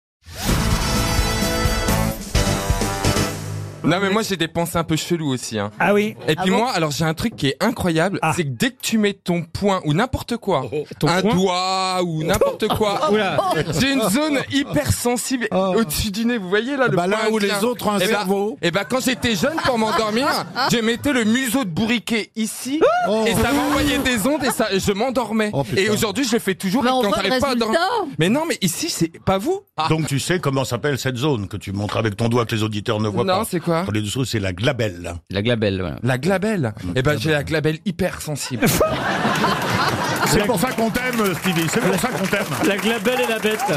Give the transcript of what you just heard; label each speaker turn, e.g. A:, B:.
A: Bah,
B: Non, mais moi, j'ai des pensées un peu cheloues aussi. Hein.
C: Ah oui
B: Et puis moi, alors j'ai un truc qui est incroyable,
C: Ah.
B: c'est que dès que tu mets ton poing ou n'importe quoi,
C: Oh, Ton
B: un
C: poing
B: doigt ou n'importe quoi, j'ai une zone hypersensible au-dessus du nez. Vous voyez là le
A: Oh. Bah là
B: poing
A: où les
B: indien.
A: autres ont un
B: Eh ben-
A: cerveau.
B: Eh ben quand j'étais jeune pour m'endormir, je mettais le museau de bourriquet ici
A: Oh.
B: et ça m'envoyait des ondes et ça je m'endormais.
A: Oh, putain.
B: et aujourd'hui je le fais toujours
D: Mais
B: et
D: Bah, on
B: quand
D: voit le
B: t'arrives pas à dormir.
D: résultat.
B: Mais non, mais ici c'est pas vous. Ah.
E: Donc tu sais comment s'appelle cette zone que tu montres avec ton doigt que les auditeurs ne voient pas.
B: non, c'est quoi
E: Pour les dessous, c'est la glabelle.
F: La glabelle, voilà.
B: La glabelle. Eh ben j'ai la glabelle hypersensible.
E: C'est pour ça qu'on t'aime, Stevie. C'est pour ça qu'on t'aime.
C: La glabelle et la bête.